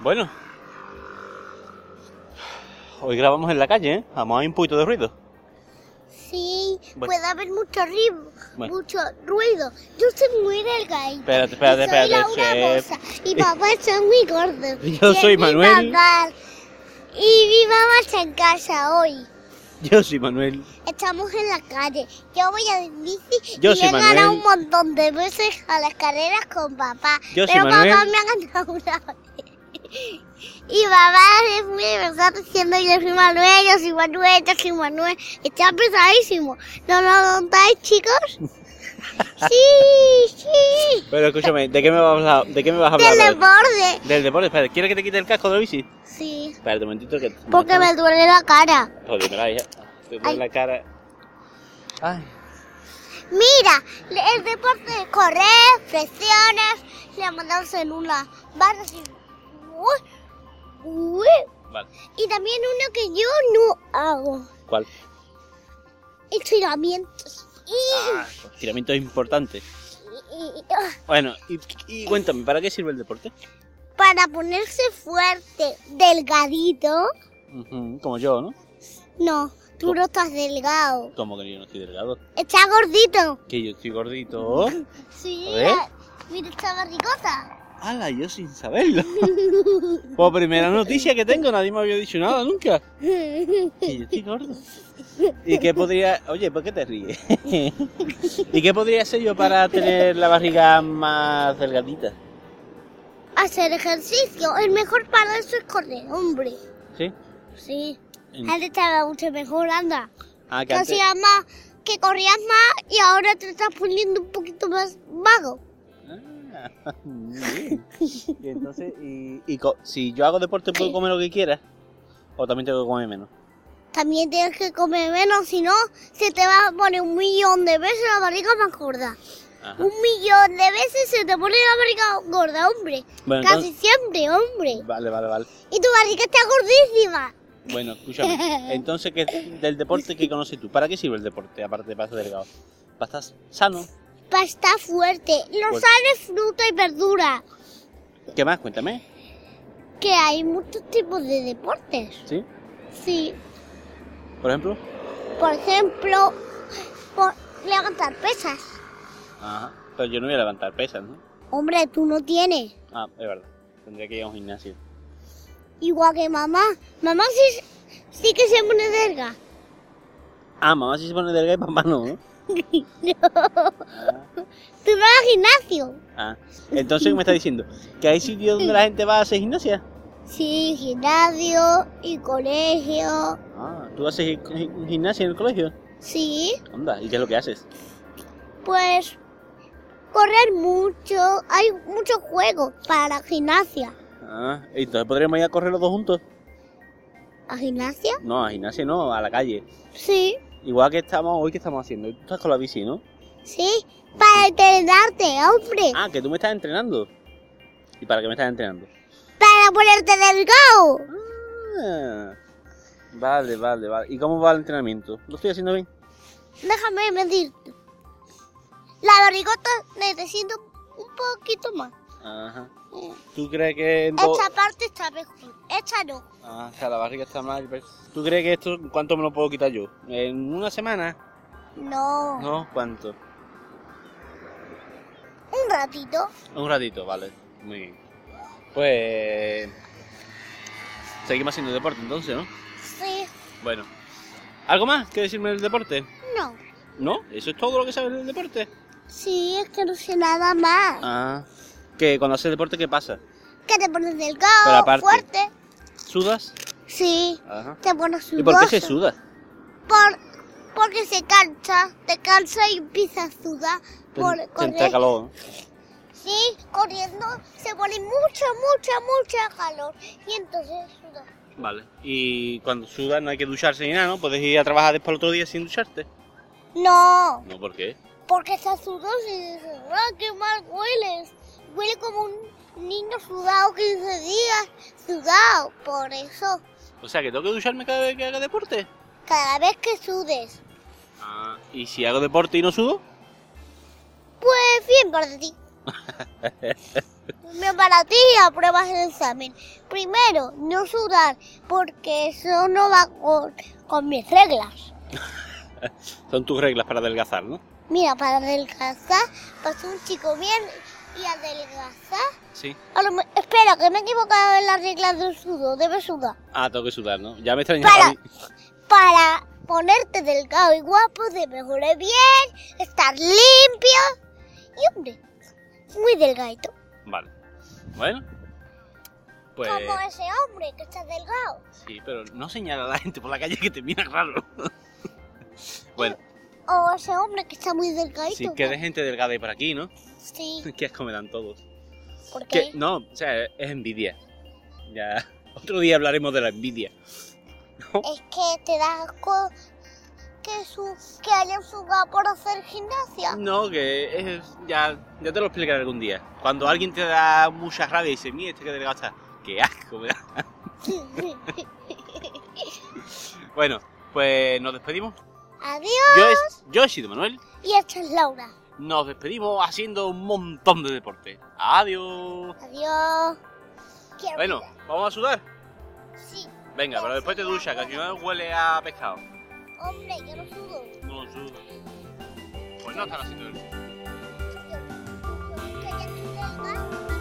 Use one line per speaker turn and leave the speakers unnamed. Bueno. Hoy grabamos en la calle, ¿eh? Vamos a haber un poquito de ruido.
Sí,
Bueno.
puede haber mucho ritmo,
Bueno.
mucho ruido. Yo soy muy delgadita.
Espérate, espérate,
y soy
espérate,
Laura
chef.
Bosa, y papá es muy gordo.
Y yo
Y
soy
mi
Manuel.
papá- y mi mamá está en casa hoy.
Yo soy Manuel.
Estamos en la calle. Yo voy a mi bici
Yo
y
soy
he ganado
Manuel.
un montón de veces a las carreras con papá.
Yo soy
Pero papá
Manuel.
me ha ganado una vez. Y papá es muy verdad diciendo yo soy Manuel, yo soy Manuel, yo soy Manuel. Está pesadísimo. ¿No lo notáis, chicos? sí, sí.
Pero escúchame, ¿de qué me vas a hablar? ¿De qué me vas a hablar?
Del
hoy?
desborde.
Del deporte. Espérate, ¿quieres que te quite el casco de la bici?
Sí.
Espérate un momentito que...
Porque me duele la cara.
Joder, mira, hija. Te duele
Ay.
la cara. Ay.
Mira, le- el deporte de correr, flexiones, levantarse en una barra así. Uy, uy.
Vale.
Y también uno que yo no hago,
¿Cuál?
estiramientos. Y,
Ah, estiramiento es importante.
y- y- ah,
Bueno, y, y cuéntame, ¿para qué sirve el deporte?
para ponerse fuerte, delgadito.
Ujú, Como yo, ¿no?
No, tú no estás delgado.
Como que yo no estoy delgado.
Estás gordito.
Que yo estoy gordito.
Sí,
A ver.
mira esta barrigota.
¡Hala, yo sin saberlo! Por primera noticia que tengo, nadie me había dicho nada nunca. Que yo estoy gordo. ¿Y qué podría.? Oye, ¿por qué te ríes? ¿Y qué podría hacer yo para tener la barriga más delgadita?
Hacer ejercicio. El mejor para eso es correr, hombre.
¿Sí?
Sí.
En-
Antes estaba mucho mejor, anda.
Ah, que
Que
antes-
hacías más, que corrías más y ahora te estás poniendo un poquito más vago.
Ah, muy bien. Y entonces, y, y co- si yo hago deporte, ¿puedo comer lo que quiera? ¿O también tengo que comer menos?
También tienes que comer menos, si no, se te va a poner un millón de veces la barriga más gorda.
Ajá.
Un millón de veces se te pone la barriga gorda, hombre.
Bueno,
Casi
entonces-
siempre, hombre.
Vale, vale, vale.
Y tu barriga está gordísima.
Bueno, escúchame. Entonces, ¿qué, del deporte, ¿qué conoces tú? ¿Para qué sirve el deporte, aparte de para estar delgado? ¿Para estar sano?
Para estar fuerte. Los
Bueno.
sales fruta y verdura.
¿Qué más? Cuéntame.
Que hay muchos tipos de deportes.
¿Sí?
Sí.
¿Por ejemplo?
Por ejemplo, por levantar pesas.
Ajá. Pero yo no voy a levantar pesas, ¿no?
Hombre, tú no tienes.
Ah, es verdad. Tendría que ir a un gimnasio.
Igual que mamá. Mamá sí, sí que se pone delga.
Ah, mamá sí se pone delgada y papá no, ¿no?
Tú no vas al gimnasio.
Ah. Entonces, ¿qué me está diciendo? ¿Que hay sitios donde la gente va a hacer gimnasia?
Sí, gimnasio y colegio.
Ah, ¿tú haces gi- gi- gimnasia en el colegio?
Sí,
Onda, ¿y qué es lo que haces?
pues correr mucho. Hay muchos juegos para la gimnasia.
Ah, entonces podríamos ir a correr los dos juntos.
¿A gimnasia?
No, a gimnasia no, a la calle.
Sí.
Igual que estamos hoy, ¿qué estamos haciendo? Tú estás con la bici, ¿no?
Sí, para entrenarte, hombre.
Ah, que tú me estás entrenando. ¿Y para qué me estás entrenando?
Para ponerte delgado.
Ah, vale, vale, vale. ¿Y cómo va el entrenamiento? ¿Lo estoy haciendo bien?
Déjame medirte. La barrigota necesito un poquito más.
Ajá.
Mm.
¿Tú crees que en dos-
Esta parte está mejor. Esta no.
Ah, o sea, la barriga está mal. pero- ¿Tú crees que esto cuánto me lo puedo quitar yo? ¿En una semana?
No.
No, ¿cuánto?
Un ratito.
Un ratito, vale. Muy bien. Pues. Seguimos haciendo deporte entonces, ¿no?
Sí.
Bueno. ¿Algo más que decirme del deporte?
No.
¿No? ¿Eso es todo lo que sabes del deporte?
Sí, es que no sé nada más.
Ah. ¿Que cuando haces deporte qué pasa?
Que te pones
Pero
delgado,
aparte-
fuerte.
¿Sudas?
Sí.
Ajá.
Te pones sudoso.
¿Y por qué se suda?
Por- porque se cansa. Te cansa y empieza a sudar.
Te,
Por
te
correr.
entra calor. ¿no?
Sí, corriendo se pone mucha, mucha, mucha calor. Y entonces suda.
Vale. Y cuando sudas no hay que ducharse ni nada, ¿no? Puedes ir a trabajar después el otro día sin ducharte.
No,
No, ¿por qué?
porque está sudoso y dices, ¡ah, qué mal hueles! Huele como un niño sudado 15 días, sudado. Por eso,
O sea, que tengo que ducharme cada vez que haga deporte.
cada vez que sudes,
Ah. ¿Y si hago deporte y no sudo?
pues bien por ti. Primero para ti apruebas el examen. Primero, no sudar, porque eso no va con, con mis reglas.
Son tus reglas para adelgazar, ¿no?
Mira, para adelgazar, para ser un chico bien y adelgazar.
Sí.
A lo me- espera, que me he equivocado en las reglas del sudo, debes sudar.
Ah, tengo que sudar, ¿no? Ya me
Para.
extrañaba. a mí.
Para ponerte delgado y guapo, debes mejorar bien, estar limpio y, hombre, muy delgadito.
Vale. Bueno. Pues.
Como ese hombre que está delgado.
Sí, pero no señala a la gente por la calle que te mira raro. bueno,
O ese hombre que está muy delgadito.
sí que de gente delgada y por aquí, ¿no?
Sí,
Que asco me dan todos.
porque
Que- no, o sea, es envidia. Ya. Otro día hablaremos de la envidia.
es que te da asco que, su, que hayan sudado por hacer gimnasia.
No, que es. Ya, ya te lo explicaré algún día. Cuando alguien te da mucha rabia y dice, mira, este que delgado está. ¡Qué asco! me da". Bueno, pues nos despedimos.
Adiós.
Yo, es, yo he sido Manuel.
Y esta es Laura.
Nos despedimos haciendo un montón de deporte. Adiós.
Adiós. Quiero
Bueno,
mirar.
vamos a sudar.
Sí,
Venga, pero después te duchas, que al final huele a pescado.
hombre, yo no sudo.
No, su- Pues no está haciendo el...
Yo- yo- yo ya estoy delgada.